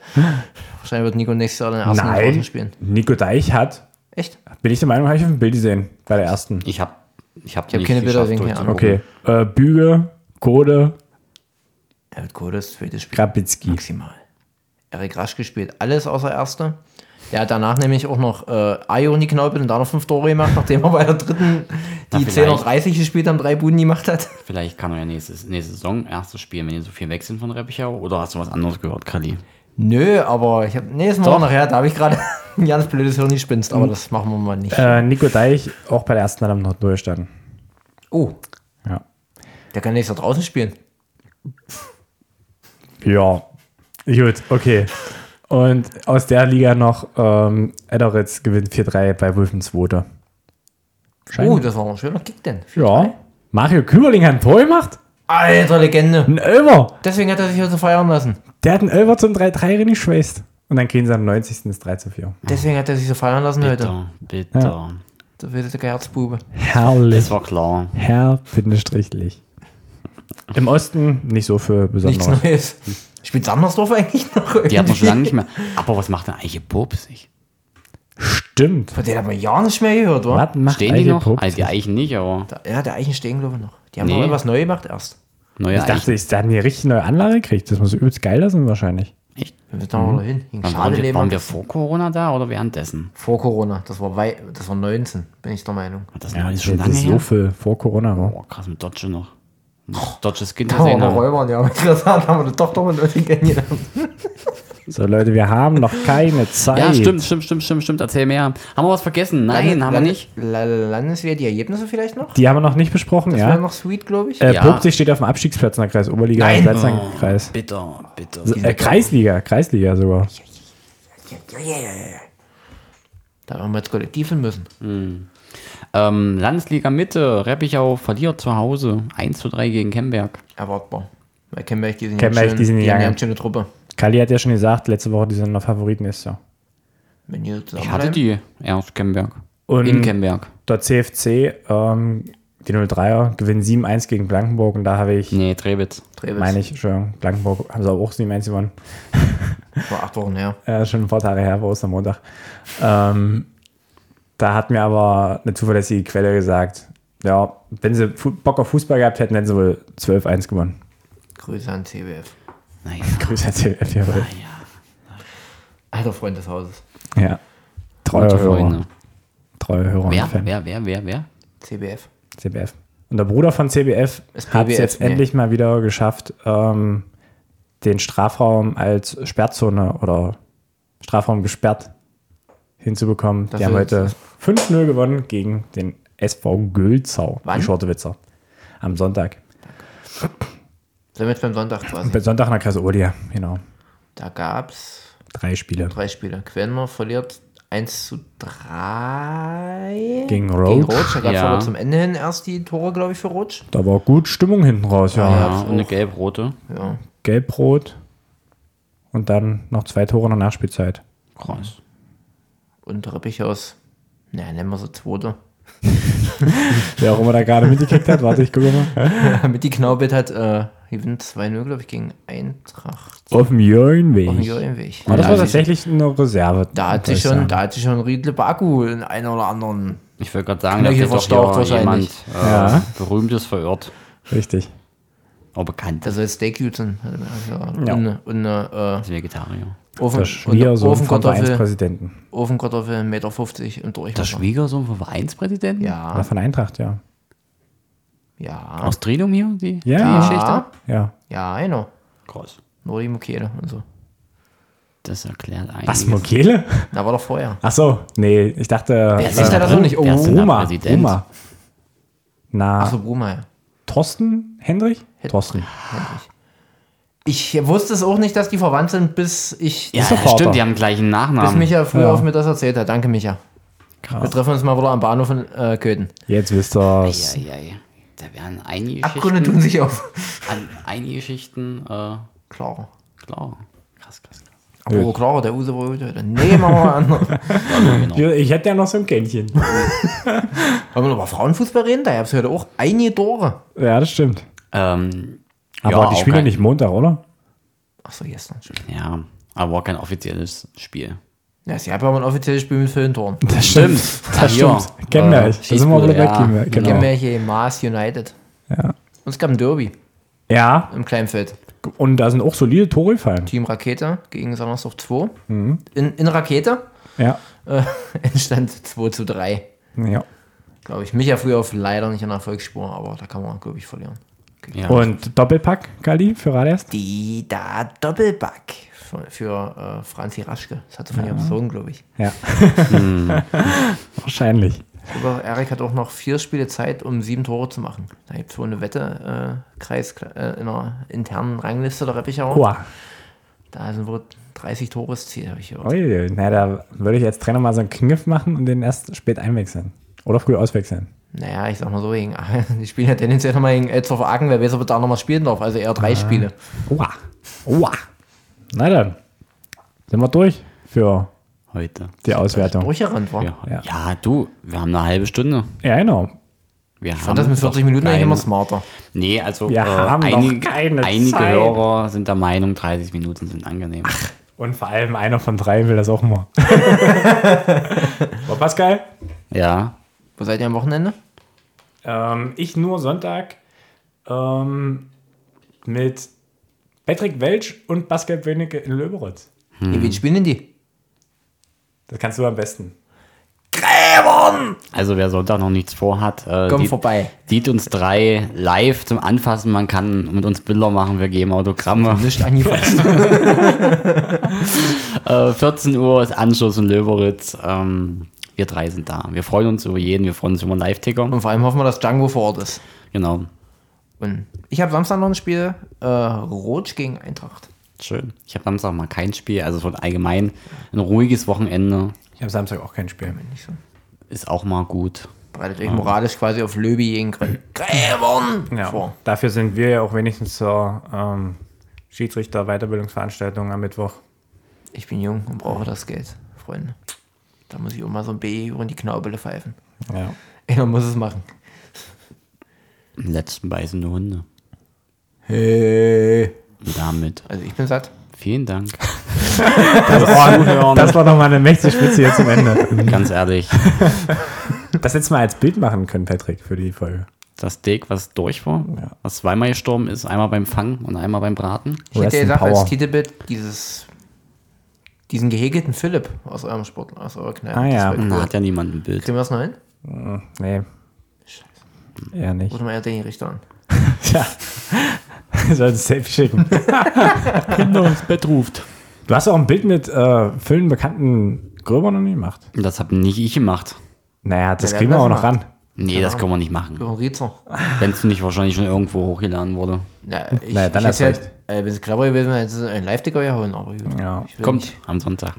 S2: Wahrscheinlich wird Nico nächstes Jahr den ersten und dritten spielen.
S3: Nico Deich hat,
S2: Echt?
S3: bin ich der Meinung, habe ich auf dem Bild gesehen, bei der ersten.
S1: Ich habe ich hab
S2: hab
S1: nicht
S2: keine Bilder
S1: geschafft,
S2: gesehen, keine
S1: durchzugucken.
S3: Okay. Äh, Büge, Kode,
S2: Er wird Kodes zweites Spiel.
S3: Grabitzki.
S2: Maximal. Erik Rasch gespielt, alles außer Erste. Der hat danach nämlich auch noch äh, Ayo in die Knaupe und da noch fünf Tore gemacht, nachdem er bei der dritten die
S1: vielleicht.
S2: 10.30 gespielt haben, drei Buden gemacht hat.
S1: Vielleicht kann er ja nächstes, nächste Saison erstes Spiel, wenn ihr so viel weg sind von Reppichau. Oder hast du was anderes gehört, Kali?
S2: Nö, aber ich habe. Nee, ist morgen nachher, da habe ich gerade ein ganz blödes Hirn gespinst,
S1: Mhm.
S2: aber das machen wir mal nicht.
S3: Äh, Nico Deich auch bei der ersten hat am noch durchgestanden.
S2: Oh,
S3: Ja.
S2: der kann nächstes Jahr draußen spielen.
S3: Ja. Gut, okay. Und aus der Liga noch, ähm, Edderitz gewinnt 4-3 bei Wolfenswote.
S2: Oh,
S3: Scheinbar.
S2: das war mal ein schöner Kick denn.
S3: ja. Mario Küberling hat ein Tor gemacht?
S2: Alter Legende.
S3: Ein Elber.
S2: Deswegen hat er sich heute feiern lassen.
S3: Der hat einen Elber zum 3-3 rein geschwäst. Und dann kriegen sie am 90. das 3 zu 4.
S2: Deswegen hat er sich so feiern lassen heute.
S1: Bitter, bitter.
S2: Da wird der Herzbube.
S1: Das
S3: Herrlich.
S1: war klar.
S3: Herr, Bindestrichlich. Im Osten nicht so für
S2: Nichts
S3: besonders.
S2: Neues. Spielt Sammersdorf eigentlich noch?
S1: Hm. Die hat man
S2: irgendwie?
S1: schon lange nicht mehr. Aber was macht denn eigentlich Pops?
S3: Stimmt.
S2: Von denen hat man ja nicht mehr gehört, oder?
S3: Was macht
S1: Stehen die noch?
S3: Eichel-Pupsi?
S1: Also die Eichen nicht, aber
S2: Da, ja, der Eichen stehen, glaube ich, noch. Die haben
S1: Nee.
S2: noch irgendwas neu gemacht erst.
S1: neue
S3: Ich dachte,
S1: Eichen.
S3: ich da haben die richtig neue Anlage gekriegt. Das muss übelst geil da sein wahrscheinlich.
S1: Echt?
S2: Wir müssen da mal hin. Gegen
S1: Wann waren,
S2: Schade
S1: wir,
S2: leben.
S1: waren wir vor Corona da oder währenddessen?
S2: Vor Corona. Das war, wei das war 19, bin ich der Meinung.
S1: Das
S3: Ja,
S1: neue
S3: das
S1: ist schon
S3: ist
S1: lange
S3: so
S1: her.
S3: viel vor Corona. War.
S1: Boah, krass, mit Dodge noch. Dodges Kind
S2: Da waren
S1: gesehen
S2: wir
S1: haben.
S2: Räubern, ja. Mit Rasant haben wir eine Tochter mit Leuten kennengelernt.
S3: So, Leute, wir haben noch keine Zeit.
S1: Ja, stimmt, stimmt, stimmt, stimmt, stimmt. Erzähl mehr. Haben wir was vergessen? Nein, haben wir nicht.
S2: Landes wieder die Ergebnisse vielleicht noch?
S3: Die haben wir noch nicht besprochen,
S2: Das
S3: ja.
S2: wäre noch sweet, glaube ich.
S3: Äh,
S1: Ja.
S3: Probstig steht auf dem Abstiegsplatz in der Kreis Oberliga
S2: Nein.
S3: und Salzlanger Kreis.
S1: Bitter, bitter.
S3: Äh, Kreisliga, Kreisliga sogar.
S2: Da haben wir jetzt kollektiv hin müssen.
S1: Ähm, Landesliga Mitte, Reppichau verliert zu Hause 1 zu 3 gegen Kemberg.
S2: Erwartbar. Weil Kemmerich, die sind
S3: Kemmerich, die sind
S2: die haben
S3: gegangen.
S2: eine ganz schöne Truppe.
S3: Kali hat ja schon gesagt, letzte Woche, die sind noch Favoriten ist so.
S2: Wenn die zusammen
S1: Ich hatte die erst Kemberg.
S3: Und-
S1: In Kemberg.
S3: Der CFC, ähm, die 03er, gewinnen 7-1 gegen Blankenburg und da habe ich,
S1: Nee, Trebitz.
S3: meine ich, Entschuldigung, Blankenburg haben sie auch 7-1 gewonnen.
S2: Vor acht Wochen her.
S3: Äh, schon ein paar Tage her, war Ostermontag. Ähm, da hat mir aber eine zuverlässige Quelle gesagt, ja, wenn sie Fu Bock auf Fußball gehabt hätten, hätten sie wohl 12-1 gewonnen.
S2: Grüße an CBF.
S1: Nein,
S3: Grüße an CFC. jawohl.
S2: Alter Freund des Hauses.
S3: Ja. Treue
S1: gute
S3: Hörer.
S1: Freunde.
S3: Treue Hörer und
S1: Wer,
S3: Fan.
S1: wer, wer, wer, wer?
S2: CBF.
S3: CBF. Und der Bruder von CBF
S2: Ist
S3: hat es
S2: PBF,
S3: jetzt
S2: nee.
S3: endlich mal wieder geschafft, ähm, den Strafraum als Sperrzone oder Strafraum gesperrt hinzubekommen.
S2: Das
S3: Die haben
S2: ist-
S3: heute 5-0 gewonnen gegen den SV Gülzau,
S2: Wann?
S3: die Schortewitzer. Am Sonntag.
S2: Sind wir jetzt beim Sonntag quasi.
S3: Bei Sonntag in der Kreis Odia, genau.
S2: Da gab's
S3: Drei Spiele.
S2: drei Spiele. Quellenmer verliert 1 zu 3.
S3: Gegen
S2: Gegen
S3: Roach.
S2: Rotsch. Da gab es
S1: Ja.
S2: aber zum Ende hin erst die Tore, glaube ich, für Rotsch.
S3: Da war gut Stimmung hinten raus, ja.
S1: Ja, und eine gelb-rote.
S2: Ja.
S3: Gelb-Rot. Und dann noch zwei Tore in der Nachspielzeit.
S1: Krass.
S2: Und Reppichhaus. Naja, nennen wir so zweite.
S3: Wer auch immer da gerade mitgekickt hat, warte, ich gucke mal.
S2: Damit die Knaubit hat, äh, gewinnt 2-0, glaube ich, gegen Eintracht.
S3: Auf dem Jörnweg.
S2: Auf dem Jörgenweg.
S3: Aber das
S1: Ja,
S3: war
S1: sie-
S3: tatsächlich eine Reserve.
S2: also Da hat,
S3: muss
S2: sich
S3: ich
S2: schon,
S3: sagen.
S2: da hat sich schon Riedle Baku in einer oder anderen.
S1: Ich würde gerade sagen,
S2: Knöchel
S1: da ist
S2: verstaucht
S1: doch hier jemand
S2: wahrscheinlich.
S1: äh,
S3: Ja.
S1: Berühmtes verirrt.
S3: Richtig.
S1: Oh, bekannt.
S2: Da soll Steak juten. hat er mir gesagt.
S3: Ja.
S2: Und eine, und eine
S1: Das ist Vegetarier.
S2: äh, Ofen,
S3: Der
S2: und eine
S3: Schwiegersohn vom
S2: Ofenkartoffel,
S3: Vereinspräsidenten.
S2: Ofenkartoffel, 1,50 Meter und
S1: Der
S2: Durchmesser.
S1: Schwiegersohn vom Vereinspräsidenten?
S3: Oder
S2: Ja,
S3: von Eintracht, ja.
S2: ja,
S1: Aus Trinum hier? Die?
S3: Ja,
S1: Die
S3: ja.
S1: Geschichte?
S3: Ja.
S2: ja, genau.
S1: Krass.
S2: Nur die Mokele und so.
S1: Das erklärt eigentlich.
S3: Was, Mokele?
S2: Da war doch vorher.
S3: Ach so, nee, ich dachte. äh,
S2: Wer ist denn da so nicht? Oh,
S1: Wer ist denn da
S3: Oma,
S1: Präsident?
S3: Oma. Na,
S2: Achso, Brumeier.
S3: Thorsten Hendrich? Thorsten.
S2: Ich wusste es auch nicht, dass die verwandt sind, bis ich.
S1: Ja,
S3: Ist doch
S1: ja stimmt,
S3: Vater.
S1: die haben gleich einen
S2: Bis
S1: Nachnamen.
S2: Micha früher
S3: Ja.
S2: auf mir das erzählt hat. Danke, Micha. Wir
S3: Krass.
S2: treffen uns mal wieder am Bahnhof in äh, Köthen.
S3: Jetzt wisst ihr's.
S1: Ja, ja, ja. Da werden einige
S2: Abgründe
S1: Geschichten,
S2: tun sich auf.
S1: an, einige Geschichten, äh,
S2: Klar.
S1: klar. Krass, krass, krass.
S2: Aber klar, der Use wollte heute. Nee, machen wir mal andere.
S3: Ja, Ich hätte ja noch so ein Kännchen.
S2: Wollen wir noch über Frauenfußball reden? Da gab es heute auch einige Tore.
S3: ja, das stimmt.
S1: Ähm,
S3: Aber
S1: ja,
S3: die
S1: auch
S3: spielen ja
S1: kein-
S3: nicht Montag, oder?
S2: Achso, gestern. Entschuldigung.
S1: Ja, aber war kein offizielles Spiel.
S2: Ja, es gab ja mal ein offizielles Spiel mit vielen Toren.
S3: Das
S1: Ah,
S3: Das
S1: ja.
S3: stimmt. Kennen wir
S1: Äh,
S3: euch. Da sind wir
S1: Schießbude,
S3: wieder bei
S1: ja.
S3: Kennen
S2: Wir haben
S3: wir
S2: ja hier Mars United.
S3: Ja.
S2: Und es gab ein Derby
S3: Ja,
S2: im Kleinfeld.
S3: und da sind auch solide Tore gefallen.
S2: Team Rakete gegen Sonnersdorf 2. In, in Rakete
S3: Ja.
S2: äh, entstand 2 zu 3.
S3: ja.
S2: Glaube ich. Micha früher auf leider nicht in der Erfolgsspur, aber da kann man, glaube ich, verlieren.
S1: Ja.
S3: Und Doppelpack, Kali, für Radest?
S2: Die da Doppelback für, für äh, Franzi Raschke. Das hatte von ihrem Sohn, glaube ich.
S3: Ja. Wahrscheinlich.
S2: Aber Erik hat auch noch vier Spiele Zeit, um sieben Tore zu machen. Da gibt es wohl eine Wette, äh, Kreis, äh, in einer internen Rangliste der Reppichau.
S3: Boah.
S2: Da sind wohl 30 Tore das Ziel, habe ich gehört.
S3: Ui, na, da würde ich als Trainer mal so einen Kniff machen und den erst spät einwechseln. Oder früh auswechseln.
S2: Naja, ich sag mal so, gegen, die spielen ja tendenziell nochmal gegen Elzhofer Aachen, wer weiß, ob er da nochmal spielen darf. Also eher drei Spiele.
S3: Oha. Oha. Na dann. Sind wir durch für
S1: Heute.
S3: die Auswertung.
S2: Durchgerannt war.
S1: Ja.
S3: Ja.
S1: Ja. du, wir haben eine halbe Stunde.
S3: Ja, genau.
S1: Wir
S2: Und
S1: haben
S2: das mit 40 Minuten eigentlich
S1: Nein.
S2: immer smarter.
S1: Nee, also
S3: Wir haben noch
S1: einige,
S3: keine
S1: einige
S3: Zeit.
S1: Hörer sind der Meinung, 30 Minuten sind angenehm.
S3: Und vor allem einer von drei will das auch immer. War Pascal?
S1: Ja.
S2: Wo seid ihr am Wochenende?
S3: Ähm, ich nur Sonntag ähm, mit Patrick Welch und Pascal Bönicke in
S1: Hm.
S3: Löberitz.
S2: Wen spielen denn die?
S3: Das kannst du am besten.
S2: Gräber
S3: Komm!
S1: Also wer Sonntag noch nichts vorhat, äh,
S2: Komm
S1: die-
S2: vorbei.
S1: sieht uns drei live zum Anfassen. Man kann mit uns Bilder machen, wir geben Autogramme.
S2: Nicht angefasst.
S1: Äh, 14 Uhr ist Anschluss in Löberitz. Ähm, wir drei sind da. Wir freuen uns über jeden, wir freuen uns über einen Live-Ticker.
S2: Und vor allem hoffen wir, dass Django vor Ort ist.
S1: Genau.
S2: Und ich habe Samstag noch ein Spiel, äh, Rotsch gegen Eintracht.
S1: Schön. Ich habe Samstag mal kein Spiel, also es wird allgemein ein ruhiges Wochenende.
S3: Ich habe Samstag auch kein Spiel.
S2: Nicht so.
S1: Ist auch mal gut.
S2: Bereitet
S1: Ah.
S2: euch moralisch quasi auf Löbi gegen Gre- Gräbern
S3: Ja.
S2: vor.
S3: Dafür sind wir ja auch wenigstens zur ähm, Schiedsrichter-Weiterbildungsveranstaltung am Mittwoch.
S2: Ich bin jung und brauche das Geld, Freunde. Da muss ich auch mal so ein B über die Knaubele pfeifen.
S3: Ja.
S2: Einer muss es machen.
S1: Im letzten beißende Hunde.
S2: Hey.
S1: Und damit
S2: Also ich bin satt.
S1: vielen Dank.
S3: Das war nochmal eine mächtige Spitze hier zum Ende.
S1: Ganz ehrlich,
S3: Das jetzt mal als Bild machen können, Patrick, für die Folge.
S1: das Steak, was durch war,
S3: Ja.
S1: was zweimal gestorben ist, einmal beim Fangen und einmal beim Braten.
S2: Ich
S3: Rest
S2: hätte ja
S3: in
S2: gesagt, als
S3: Power.
S2: Titelbild dieses, diesen gehäkelten Philipp aus eurem Sport, aus eurer Kneipe.
S3: Ah,
S2: Das
S3: ja.
S2: wär
S1: Na,
S2: Cool.
S1: hat ja niemand ein Bild.
S2: Kriegen wir das noch hin?
S3: Nee. Eher nicht.
S2: Rufen wir ja den Richter an.
S3: Tja. Soll uns safe schicken.
S1: Kinder ins Bett ruft.
S3: Du hast auch ein Bild mit äh, vielen bekannten Gröbern noch nie gemacht.
S1: Das hab nicht ich gemacht.
S3: Naja, das
S2: Ja,
S3: kriegen
S2: dann
S3: wir auch
S2: lass
S3: noch ran.
S1: Nee, das können wir nicht machen.
S2: Über den Rietzer.
S1: Wenn es nicht wahrscheinlich schon irgendwo hochgeladen wurde.
S2: Na, ich,
S3: Na ja, dann
S2: ich
S3: hast
S2: hätte
S3: recht.
S2: ja, äh, wenn es clever gewesen wäre, hätte es einen Live-Ticker gehauen, aber gut.
S3: Ja,
S2: Ich will
S1: Kommt
S2: nicht.
S1: am Sonntag.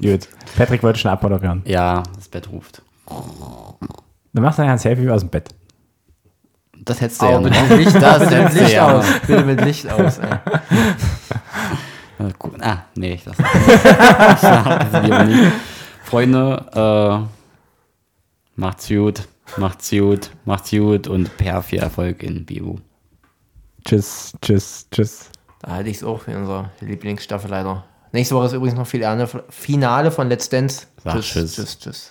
S3: gut. Patrick wollte schon abmoderieren.
S1: Ja, das Bett ruft.
S3: Dann machst du nachher ein Selfie aus dem Bett.
S1: Das hättest du
S2: Aber
S1: ja noch.
S2: bitte mit Licht aus, bitte mit
S1: hättest du
S2: Licht
S1: ja
S2: aus. Bitte mit Licht aus. Ey.
S1: Äh, gut. Ah, nee, ich lasse das. lieber nicht. Freunde, äh, macht's gut, macht's gut, macht's gut und per viel Erfolg in Bibu.
S3: Tschüss, tschüss, tschüss.
S2: Da halte ich es auch für unsere Lieblingsstaffel leider. Nächste Woche ist übrigens noch viel Erne- Finale von Let's Dance.
S1: Sag tschüss.
S2: tschüss, tschüss.